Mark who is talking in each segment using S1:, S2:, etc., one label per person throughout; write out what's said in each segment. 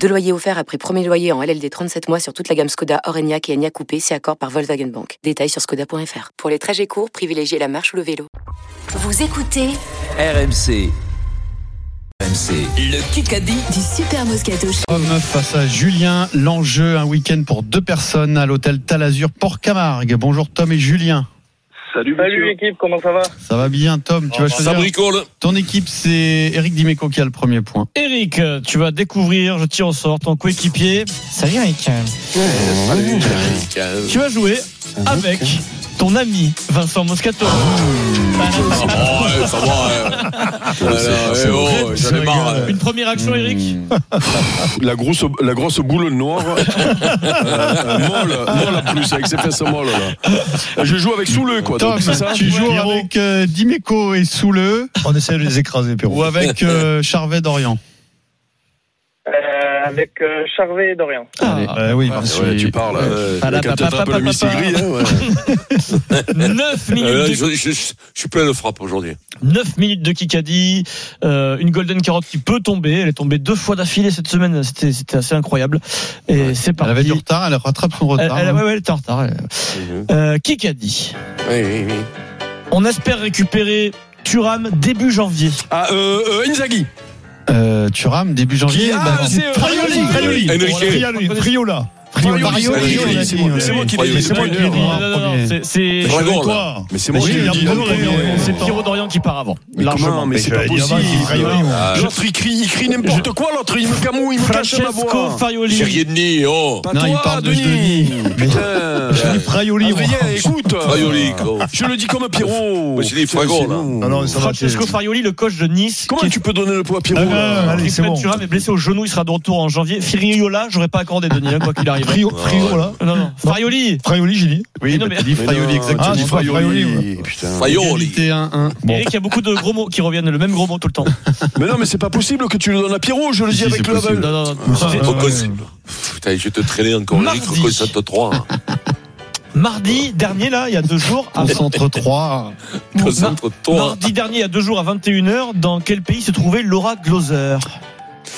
S1: Deux loyers offerts après premier loyer en LLD 37 mois sur toute la gamme Skoda, Orenia et Enya Coupé, si accord par Volkswagen Bank. Détails sur skoda.fr. Pour les trajets courts, privilégiez la marche ou le vélo.
S2: Vous écoutez
S3: RMC. RMC. Le Kikadi.
S2: du Super Moscato Show.
S4: Homme face à Julien, l'enjeu, un week-end pour deux personnes à l'hôtel Talazur Port Camargue. Bonjour Tom et Julien.
S5: Salut,
S6: Salut
S5: monsieur. Ah,
S6: l'équipe, comment ça va
S4: Ça va bien Tom, tu vas choisir. Ton équipe c'est Eric Dimeco qui a le premier point.
S7: Eric, tu vas découvrir, je tire au sort, ton coéquipier. Salut Eric. Tu vas jouer
S4: Mhm.
S7: avec ton ami Vincent Moscato.
S4: j'en ai marre.
S7: Une première action, Eric
S4: Mmh.
S5: La grosse, la grosse boule noire, euh, molle, molle en plus, avec ses fesses molles. Là. Je joue avec Souleux, quoi.
S4: Tom,
S5: donc c'est ça
S4: tu joues
S7: Pierrot.
S4: avec euh, Dimeco et Souleux. On essaie de les écraser Ou avec euh, Charvet d'Orient.
S6: Euh, Avec euh, Charvet et Dorian.
S4: Allez. Euh, oui,
S7: Ah,
S4: parce
S5: Ouais,
S4: que-
S5: tu parles. euh,
S7: Ah, là,
S5: quand
S7: papa,
S5: t'attrapes
S7: papa,
S5: le Messi
S7: papa.
S5: gris, hein, ouais.
S4: Ah,
S7: 9
S8: Euh,
S7: minutes, de,
S8: je, je- je- je suis plein de frappes aujourd'hui.
S7: neuf minutes de Kikadi, euh, une golden carotte qui peut tomber. Elle est tombée deux fois d'affilée cette semaine. C'était c'était assez incroyable. Et c'est
S4: Elle
S7: parti.
S4: avait du retard, elle rattrape son
S7: Elle-
S4: retard. hein.
S7: elle- ouais, ouais, elle était en retard. elle. Euh, Kikadi.
S8: Oui, oui, oui.
S7: On espère récupérer Turam début janvier.
S5: Ah, euh, euh, Inzaghi.
S4: Euh, Thuram, début janvier.
S5: Ah,
S4: bah,
S5: c'est, euh,
S4: Frioli, Frioli.
S8: Enrique.
S4: Frioli, Friola. Friola.
S5: Frioli,
S4: Frioli,
S5: Frioli,
S4: on a
S5: c'est
S4: dit,
S5: moi-
S4: on a
S5: c'est moi
S4: dit.
S5: qui l'ai
S4: Mais
S5: dit,
S4: c'est moi qui
S5: d'ailleurs.
S4: l'ai dit, moi,
S7: Non, non, non,
S4: premier.
S7: c'est- c'est.
S4: Je
S8: Dragon,
S4: fais quoi
S5: Mais c'est
S4: Mais
S5: moi
S4: j'ai
S5: qui l'ai
S4: dit
S5: dit.
S4: en
S5: le hein,
S4: premier,
S5: premier.
S4: ouais.
S7: C'est Pierrot d'Orient qui part avant.
S5: Mais
S7: Largement.
S5: comment Mais c'est pas
S4: Il y en a
S5: possible.
S4: qui Frioli, on-
S8: Ah,
S5: L'autre, il crie, il crie n'importe quoi, l'autre, il me camouille, il me cache ma
S7: Francesco
S5: voix.
S7: Farioli.
S8: J'ai rien dit, oh.
S5: Pas
S4: Non, il
S5: toi,
S4: parle de
S5: Denis. Putain.
S4: Je dis Frioli, moi.
S5: Adrien, écoute.
S4: Ah,
S8: Farioli, quoi.
S5: Je le dis comme Pierrot.
S8: Moi, j'ai des fragons,
S5: C'est
S4: hein.
S8: là.
S5: nous.
S7: Francesco Farioli, le coach de Nice.
S5: Comment
S7: qui
S5: tu peux donner le poids à Pierrot
S4: Ah, non, non,
S5: là
S4: allez, c'est
S7: Ismaël
S4: bon.
S7: Thuram est blessé au genou, il sera de retour en janvier. Firiola, j'aurais pas accordé Denis, hein, quoi qu'il arrive.
S4: Frio- Friola.
S7: Non, non. Farioli.
S4: Frioli, j'ai dit.
S7: Mais non, mais-
S4: dit
S5: Frioli, exactement.
S4: Ah, Frioli. ouais.
S5: Putain.
S8: Fayoli.
S4: Égalité 1-1. Bon.
S7: Eric, il y a beaucoup de gros mots qui reviennent, le même gros mot tout le temps.
S5: Mais non, mais c'est pas possible que tu le donnes à Pierrot, je le
S4: Si,
S5: dis avec
S4: c'est
S5: le
S4: possible.
S5: aveugle.
S7: Non, non, non.
S4: Ouais,
S8: Au
S4: ouais,
S8: cons-
S4: ouais.
S8: Putain, je vais te traîner encore, Eric,
S7: Mardi.
S8: au 3.
S7: Mardi dernier, là, il y a deux jours, à-
S4: Concentre 3.
S8: Concentre toi.
S7: mardi dernier, il y a deux jours à 21h, dans quel pays se trouvait Laura Gloser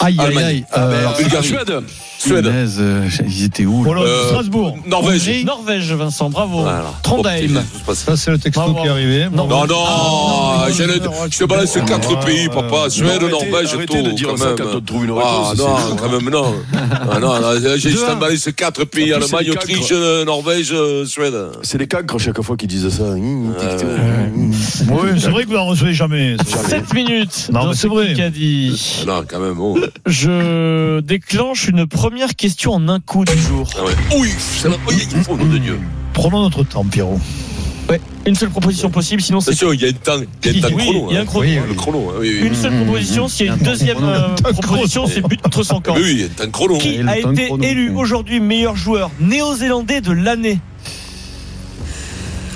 S4: Aïe, aïe,
S8: Allemagne.
S4: aïe.
S5: Ah,
S4: Euh,
S5: mais,
S4: alors,
S5: euh,
S8: Bulgarie.
S5: Suède.
S8: Suède.
S4: punaise, euh, Ils étaient où là
S8: Euh,
S7: Strasbourg.
S8: Norvège.
S7: Hongrie. Norvège, Vincent, bravo.
S8: Voilà.
S7: Trondheim.
S8: Oh, putain, tout se passe.
S4: Ça, c'est le texto
S7: Bravo.
S4: qui est arrivé.
S7: Non,
S8: Non,
S4: Ah,
S8: non,
S4: non,
S8: j'ai
S4: non,
S8: le-
S4: non,
S8: je te balance
S4: non, non,
S8: quatre pays,
S4: non,
S8: papa.
S4: non,
S8: Suède,
S5: Arrêtez-
S8: Norvège,
S5: arrêtez
S8: tout,
S5: de dire
S8: quand
S5: ça
S8: même.
S5: quand on trouve une
S8: Ah
S5: réponse.
S8: non,
S5: c'est-
S8: quand même non. Ah non, non, j'ai
S4: Deux, un.
S8: emballé ces
S7: Ah,
S8: quatre pays,
S5: En plus,
S8: Allemagne,
S5: c'est des
S8: Autriche,
S5: cancres.
S8: euh, Norvège, euh, Suède.
S5: C'est les cancres chaque fois qu'ils disent ça. Hum,
S8: Ouais,
S5: tic-tac,
S8: Euh, ouais.
S5: hum.
S4: Oui, c'est vrai que vous n'en recevez jamais.
S7: 7 minutes.
S4: Non,
S7: dans
S4: mais
S7: ce
S4: c'est vrai.
S7: Kikadi.
S8: Ah Non, quand même, oh.
S7: Je déclenche une première question en un coup du jour.
S8: Ah ouais. Oui, ça va pas au nom de Dieu.
S4: Prenons notre temps, Pierrot.
S7: Une seule proposition possible, sinon c'est.
S8: Attention, il y a un temps, il y a un temps
S7: Oui,
S8: chrono.
S7: il y a
S8: hein.
S7: un chrono.
S4: Oui,
S8: Le chrono, hein, oui, oui.
S7: Une seule proposition, s'il y a une
S4: Attends,
S7: deuxième
S4: chrono.
S7: euh, proposition, c'est but contre son camp.
S8: Mais oui, il y a un temps chrono.
S7: Qui
S4: Le
S7: a
S4: temps
S7: été
S4: chrono.
S7: élu aujourd'hui meilleur joueur néo-zélandais de l'année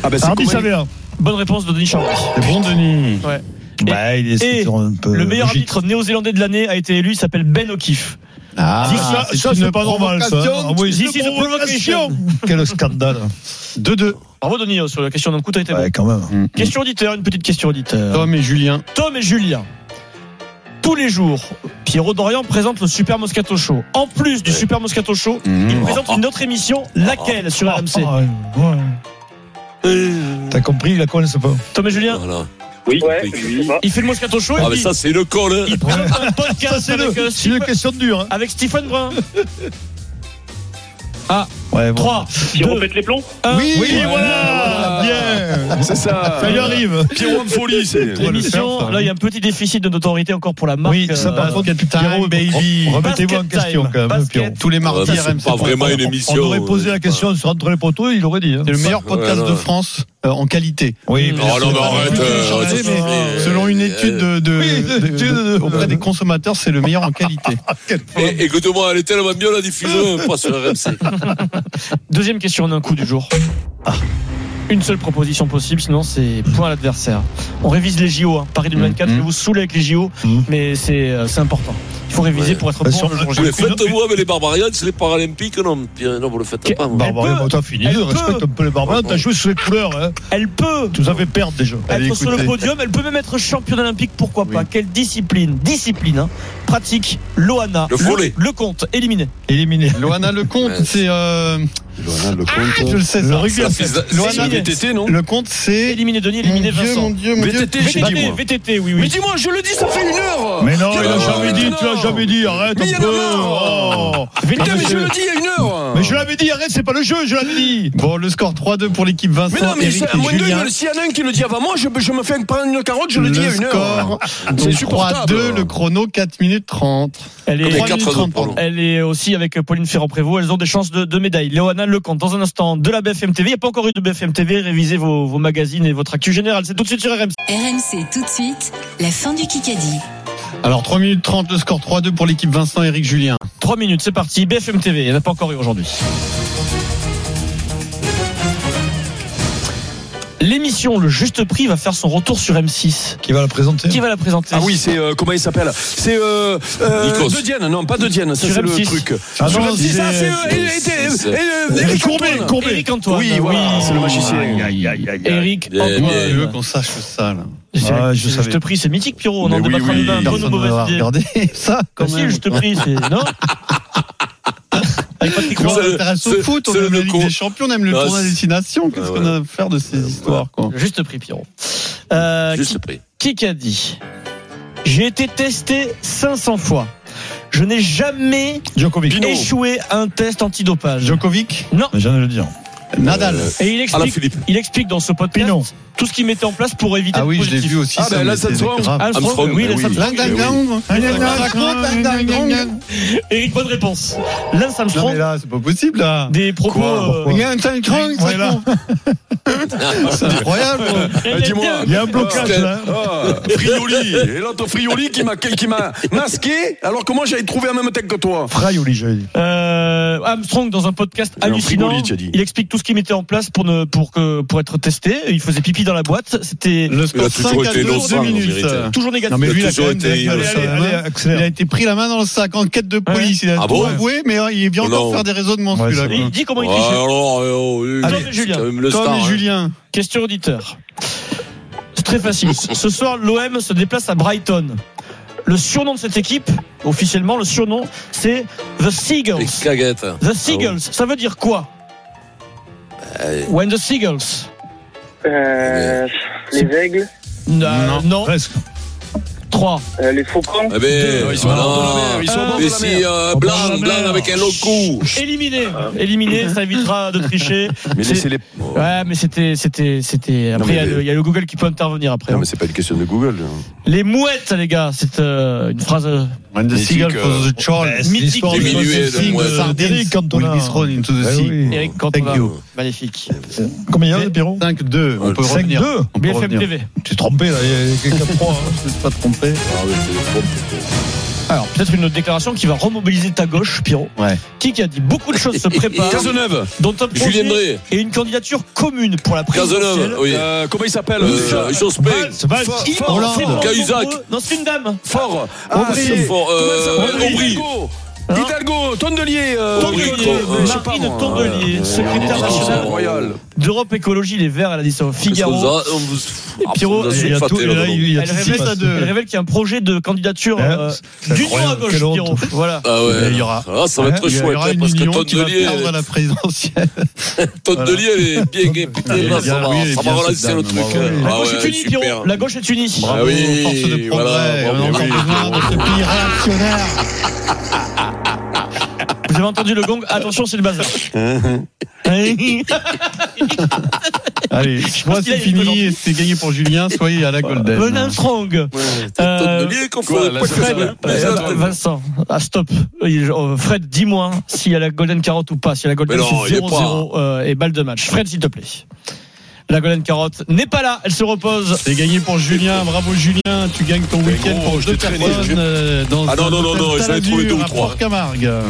S5: Ah, ben c'est comment-
S7: Bonne réponse de Denis Charvet.
S8: Euh,
S4: C'est bon, Denis.
S7: Ouais.
S4: Bah, il est
S7: et
S4: c'est toujours un peu
S7: Le meilleur
S4: logique.
S7: arbitre néo-zélandais de l'année a été élu, il s'appelle Ben O'Keefe.
S4: Ah,
S7: ça, ça,
S4: une
S7: c'est pas normal, ça.
S4: provocation.
S7: Ah oui,
S4: C'est
S7: si,
S4: une
S7: c'est une provocation.
S4: Quel scandale. 2-2.
S7: Bravo Denis euh, sur la question d'un coup, t'as été bon.
S4: Ouais, quand même. Euh,
S7: Question auditeur, une petite question
S8: Euh,
S7: auditeur.
S4: Tom et Mm. Julien.
S7: Tom et Julien. Tous les jours, Pierrot Dorian présente le Super Moscato Show. En plus du Super Moscato Show, il présente une autre émission, laquelle sur RMC
S4: Ah, Mm. ouais. T'as compris, la connaissent pas.
S7: Tom et Julien,
S8: Voilà.
S6: Ouais,
S8: oui.
S6: je sais pas.
S7: il fait le Moscato Show
S8: Ah,
S7: et
S8: mais
S7: puis
S8: ça, c'est une colle. hein.
S7: il présente un podcast
S4: c'est
S7: avec, euh,
S4: le- c'est
S7: Stephen-
S4: une question dure. hein.
S7: avec Stephen Brun.
S4: Ouais, bon.
S7: 3,
S6: Qui remettent les plombs
S7: 1.
S4: Oui, voilà,
S7: Ah,
S5: voilà.
S4: Bien.
S5: C'est ça.
S4: Ça y arrive.
S5: Pierrot de folie, c'est.
S4: on va le faire,
S7: L'émission,
S4: ça.
S7: là, il y a un petit déficit de notoriété encore pour la marque.
S4: Oui, ça
S7: euh,
S4: par contre, Pierrot, baby. Remettez-vous en
S7: Basket
S4: question
S7: time.
S4: quand même,
S7: Basket.
S4: Pierrot. Tous les
S8: mardis,
S4: mardis,
S8: c'est pas vraiment une émission,
S4: On aurait posé
S8: euh,
S4: la question sur Entre les poteaux, il aurait dit. C'est le meilleur
S8: podcast Ouais, ouais. de
S4: France euh, en qualité. Oui,
S7: Mm.
S4: mais
S8: Oh non, mais
S4: c'est
S8: arrête.
S4: pas
S8: euh,
S4: changé,
S8: arrête,
S4: mais
S8: euh,
S4: Selon une
S8: euh,
S4: étude de, de-
S7: Oui,
S4: de- de- auprès des consommateurs, c'est le meilleur en qualité.
S8: Eh, Écoute-moi, elle est tellement bien la diffuseuse, pas sur RMC.
S7: Deuxième question en un coup du jour. Ah. une seule proposition possible, sinon c'est point à l'adversaire. On révise les JO, hein.
S8: Mm-hmm.
S7: Paris 2024,
S4: Mhm.
S7: je vais vous saouler avec les JO,
S4: Mhm.
S7: mais c'est euh, c'est important. Il faut réviser
S8: Ouais.
S7: pour être
S4: Bah,
S7: bon
S4: sur-
S7: le jour J.
S4: Une
S8: Mais
S4: autre-
S8: faites-vous avec les Barbarians, les Paralympiques, non, Pierre, non, vous le faites
S7: Que-
S8: pas. moi.
S7: Bah,
S4: Barbarian,
S7: peut.
S4: bah, t'as fini,
S7: Elle
S4: respecte
S7: peut.
S4: un peu les Barbarians, t'as joué sous les couleurs, hein.
S7: Elle peut
S4: Tu nous avais perdre déjà.
S7: être sur le podium, elle peut même être championne olympique, pourquoi pas. Quelle discipline, discipline, hein. pratique, Loana,
S8: Le volley.
S7: le compte, éliminé.
S4: Éliminé. Loana Lecomte,
S8: Ouais.
S4: c'est. euh,
S5: Johanna Lecomte.
S4: Ah, Je le sais, ça.
S8: Ça, c'est-
S4: Loana
S8: c'est-
S7: éliminé.
S5: VTT, non
S4: Lecomte, c'est.
S7: Éliminé Denis,
S4: Mon
S7: éliminé
S4: Dieu,
S7: Vincent.
S4: mon Dieu, mon Dieu.
S5: VTT, j'ai dit,
S7: VTT,
S5: moi.
S7: VTT, oui,
S5: Mais
S7: oui.
S5: dis-moi, je le dis, ça fait une heure
S4: Mais non, il
S8: Ah,
S4: a jamais dit,
S5: maintenant.
S4: tu l'as jamais dit, arrête
S5: Mais il y
S4: un
S5: en
S4: peu.
S5: a marre.
S4: oh. Mais
S5: Putain, mais
S4: monsieur-
S5: je le dis il y a une heure
S4: Mais je l'avais dit, arrête, c'est pas le jeu, je l'avais dit. Bon, le score 3-2 pour l'équipe Vincent,
S5: Mais non, mais
S4: Eric
S5: c'est- à
S4: et
S5: moins de
S4: Julien.
S5: deux, s'il y en a un qui le dit avant moi, je, je me fais prendre une carotte, je le, dis il y a une heure. Ah,
S4: score,
S5: C'est
S4: donc
S5: insupportable.
S4: 3-2, le chrono 4 minutes 30.
S7: Elle
S8: Les
S7: est,
S4: Trois minutes
S8: 4-2,
S4: 30,
S8: pardon.
S7: elle est aussi avec Pauline Ferrand-Prévot. Elles ont des chances de, de médaille. Léoana Lecomte, dans un instant, de la BFM TV. Il n'y a pas encore eu de BFM TV. Révisez vos, vos magazines et votre actu générale. C'est tout de suite sur RMC.
S2: RMC tout de suite, la fin du Kikadi.
S4: Alors 3 minutes 30, le score 3-2 pour l'équipe Vincent, Eric, Julien.
S7: 3 minutes, c'est parti. BFM TV, il n'y en a pas encore eu aujourd'hui. L'émission Le Juste Prix va faire son retour sur M6.
S4: Qui va la présenter
S7: Qui va la présenter
S5: Ah oui, c'est euh, comment il s'appelle C'est euh, euh,
S8: Nikos.
S5: De Dienne, non, pas De Dienne, ça
S7: Sur
S5: c'est le
S7: M6.
S5: truc.
S4: Ah
S5: Sur
S4: non,
S5: M6,
S4: c'est-
S5: ah, c'est euh, et- et- et- et- et- Eric
S4: Courbet,
S5: Antoine.
S4: Courbet.
S7: Eric Antoine.
S5: Oui,
S7: Ah,
S5: voilà, c'est le magicien.
S7: Eric
S8: Bien,
S7: Antoine.
S8: bien.
S4: Je veux qu'on sache ça là.
S7: C'est-
S4: Ah, je
S7: le Juste
S4: savais.
S7: Prix, c'est mythique, Pierrot. On
S5: Mais
S7: en
S5: oui,
S7: débattra
S5: oui.
S7: demain. Bonne ou
S4: Personne ne va
S7: mauvaise idée
S4: regarder ça
S7: Bah
S4: quand
S7: si,
S4: même.
S7: le Juste Prix, c'est. Non Avec Patrick
S4: Nous,
S7: Roy.
S4: on s'intéresse au
S8: C'est-
S4: foot, on
S8: c'est
S4: aime la
S8: le
S4: Ligue
S8: con.
S4: des Champions, on aime le
S5: Bah,
S8: Ah,
S4: tournoi à
S8: c'est-
S4: destination. Qu'est-ce
S8: Ouais,
S4: qu'on a à faire de ces histoires quoi
S7: Le Juste Prix, Pierrot. Euh,
S8: Juste pris.
S7: Qui qu'a dit J'ai été testé 500 fois. Je n'ai jamais
S4: Djokovic.
S7: échoué à un test antidopage.
S4: Djokovic
S7: Non.
S4: Je viens de le dire. Euh, Nadal.
S7: Et il
S8: À la
S7: explique,
S8: Philippe.
S7: il explique dans ce podcast
S4: Pinon.
S7: tout ce qu'il mettait en place pour éviter
S4: Ah
S7: le
S4: oui, je l'ai
S7: positif.
S4: vu aussi.
S5: Ah, ben,
S4: mais
S5: là, ça
S4: c'est
S5: se voit.
S4: grave. Ah,
S7: Armstrong,
S8: Armstrong,
S7: oui,
S8: ben
S7: la
S8: oui.
S7: Sam-
S4: Lindangong. Lindangong.
S7: Eric, bonne réponse. Lance
S4: Non mais
S7: Armstrong,
S4: là, c'est pas possible là.
S7: des propos.
S5: Quoi
S7: euh,
S4: Il y a un tank crank, ça
S7: Voilà.
S4: compte. C'est incroyable.
S7: il y a
S5: Ah, Dis-moi,
S7: quelqu'un-
S4: y a un blocage,
S8: C'était-
S4: là.
S5: Ah, Frioli, et l'autre Frioli qui m'a qui m'a masqué, alors que moi j'avais trouvé un même tech que toi.
S4: Fraïoli, j'avais dit.
S7: Euh, Armstrong dans un podcast
S5: Alors,
S7: hallucinant.
S5: Frigoli, tu as dit.
S7: Il explique tout ce qu'il mettait en place pour ne pour que pour être testé. Il faisait pipi dans la boîte. C'était euh,
S4: Le
S8: Il
S4: score
S8: a
S4: 5
S8: toujours
S4: à
S8: été
S4: 2 en
S8: innocent,
S4: 2
S8: en
S4: minutes.
S8: vérité.
S7: toujours négatif.
S4: Non mais lui il
S8: Il a
S4: a quand
S8: toujours
S4: même hein.
S8: été
S4: la main
S8: innocent.
S4: dans la main. Il a été pris la main dans le sac en quête de police. Il a
S8: Ah
S4: tout
S8: bon Oh
S4: avoué, mais il vient encore
S8: Non.
S4: faire des réseaux de monstres.
S7: Et il dit comment il
S8: Ah,
S7: trichait.
S8: eh, oh,
S7: Allez, Julien.
S8: le
S4: Tom
S8: star.
S4: et
S8: hein.
S4: Julien.
S7: Question auditeur. C'est très facile. Ce soir, l'OM se déplace à Brighton. Le surnom de cette équipe, officiellement, le surnom, c'est The Seagulls.
S8: Les caguettes.
S7: The Seagulls, ça veut dire quoi
S8: Euh,
S7: When the Seagulls
S6: Euh, les aigles,
S7: Non. euh, non.
S4: Presque.
S7: 3.
S6: euh, les faucons.
S8: Eh ben,
S5: Ils sont
S8: non.
S5: au bord de la mer, ils sont au bord de
S8: Mais
S5: la mer.
S8: si, euh, blanc, blanc avec un long cou.
S7: Éliminé. Éliminé, ça évitera de tricher.
S5: Mais
S7: C'est-
S5: laissez-les.
S7: Ouais, mais c'était, c'était, c'était. Après, il
S5: mais
S7: y a
S5: les-
S7: le- il y, a le Google qui peut intervenir après. hein.
S5: Non, mais c'est pas une question de Google.
S7: Les mouettes, les gars, c'est euh, une phrase. euh,
S4: When the
S5: Mythique,
S4: seagull
S5: euh,
S4: follows the charles.
S7: mythique.
S4: L'histoire
S8: Diminué
S4: de
S8: de moins.
S4: Sardéric quand on
S7: Will this
S4: thrown into the sea.
S7: euh, Eric Cantona.
S4: Thank you.
S7: Magnifique.
S4: Combien
S7: il y a,
S4: Piron 5-2. On peut revenir. On peut
S7: BFM
S4: revenir.
S7: TV.
S4: Tu t'es trompé là. Il y a quelqu'un de hein. 3. Je ne suis pas trompé.
S7: Alors, peut-être une autre déclaration qui va remobiliser ta gauche, Pierrot.
S4: Ouais.
S7: Qui, qui a dit beaucoup de choses se préparent,
S5: Cazeneuve,
S7: dont un projet
S8: Julien Drey,
S7: et une candidature commune pour la présidentielle.
S8: Cazeneuve, oui.
S5: euh, comment il s'appelle
S8: Euh,
S5: euh,
S8: Jospin,
S4: Valls.
S5: Fort-
S7: Ils
S5: Fort-
S7: sont
S8: Hollande.
S7: nombreux.
S8: Cahuzac.
S7: Non, c'est une dame.
S5: euh, Fort.
S8: Aubry.
S5: c'est-
S8: Fort,
S5: comment elle
S8: euh,
S5: s'appelle
S8: Aubry.
S5: Hidalgo.
S7: Hein
S5: Hidalgo, Tondelier. euh,
S8: Tondelier,
S5: Aubry, quoi.
S8: euh,
S5: Je sais pas,
S7: Marine
S5: moi.
S7: Tondelier,
S5: Euh,
S7: secrétaire
S5: euh,
S8: nationale.
S5: royale.
S7: D'Europe Écologie, les Verts, elle a dit ça au
S8: Qu'est-ce qu'on
S7: Figaro.
S8: a On vous- Ah,
S7: Pierrot,
S8: vous avez
S7: il
S4: y a
S8: faté,
S4: tout-
S8: là,
S4: là,
S8: non.
S4: il y a
S7: Elle
S4: tout
S7: révèle,
S4: six à deux.
S7: elle révèle qu'il y a un projet de candidature
S4: Ouais,
S7: euh,
S4: c'est
S7: d'union à
S4: incroyable.
S7: gauche,
S4: Quelle honte.
S7: Pierrot. Voilà.
S8: Ah ouais.
S4: Il y aura.
S8: Ah, ça va être
S4: Il y
S8: chouette,
S4: aura
S8: hein,
S4: une
S8: parce que
S4: union qui va
S8: Tondelier, euh,
S4: perdre à la présidentielle.
S8: Tondelier, elle est bien
S4: Elle est
S8: guépitée,
S4: bien,
S8: là, ça
S4: oui, elle est
S8: va, ça
S4: bien,
S8: va relancer
S4: cette
S8: le
S4: dame,
S8: truc.
S4: bravo.
S8: hein.
S7: La
S8: Ah
S7: gauche
S8: ouais,
S7: est unie,
S8: super.
S7: Pierrot. La gauche est unie.
S8: Ah
S4: Bravo,
S8: oui,
S4: force de progrès.
S8: voilà,
S4: on a
S8: bravo,
S4: encore
S8: oui.
S4: besoin de ce pays réactionnaire.
S7: Vous avez entendu le gong Attention, c'est le bazar.
S8: Ben
S7: Hein
S4: Allez, je
S7: pense
S4: vois,
S7: qu'il a
S4: c'est
S7: une bonne
S4: fini. et C'est gagné pour Julien. Soyez à la Golden.
S7: Ben Armstrong.
S8: C'est
S7: Euh,
S8: Tondelier qu'on
S5: quoi,
S8: fait
S5: la
S8: pas
S5: seule-
S8: que
S7: Fred,
S8: ça.
S5: Ouais,
S7: euh,
S5: attends.
S7: Vincent, ah, stop. Il- euh, Fred, dis-moi s'il y a la Golden Carotte ou pas. Si la Golden
S8: Mais non,
S7: c'est
S8: il est
S7: 0-0 euh, et balle de match. Fred, s'il te plaît. La Golden Carotte n'est pas là, elle se repose.
S4: C'est gagné pour Julien, bravo Julien, tu gagnes ton week-end
S5: gros,
S4: pour
S5: je
S4: deux
S5: t'ai traîné,
S4: personnes
S5: je-
S4: euh, dans
S8: Ah non,
S4: un
S8: non, non,
S4: hôtel
S8: non, je vais trouver deux ou
S4: Taladure à
S8: trois.
S4: Fort Camargue.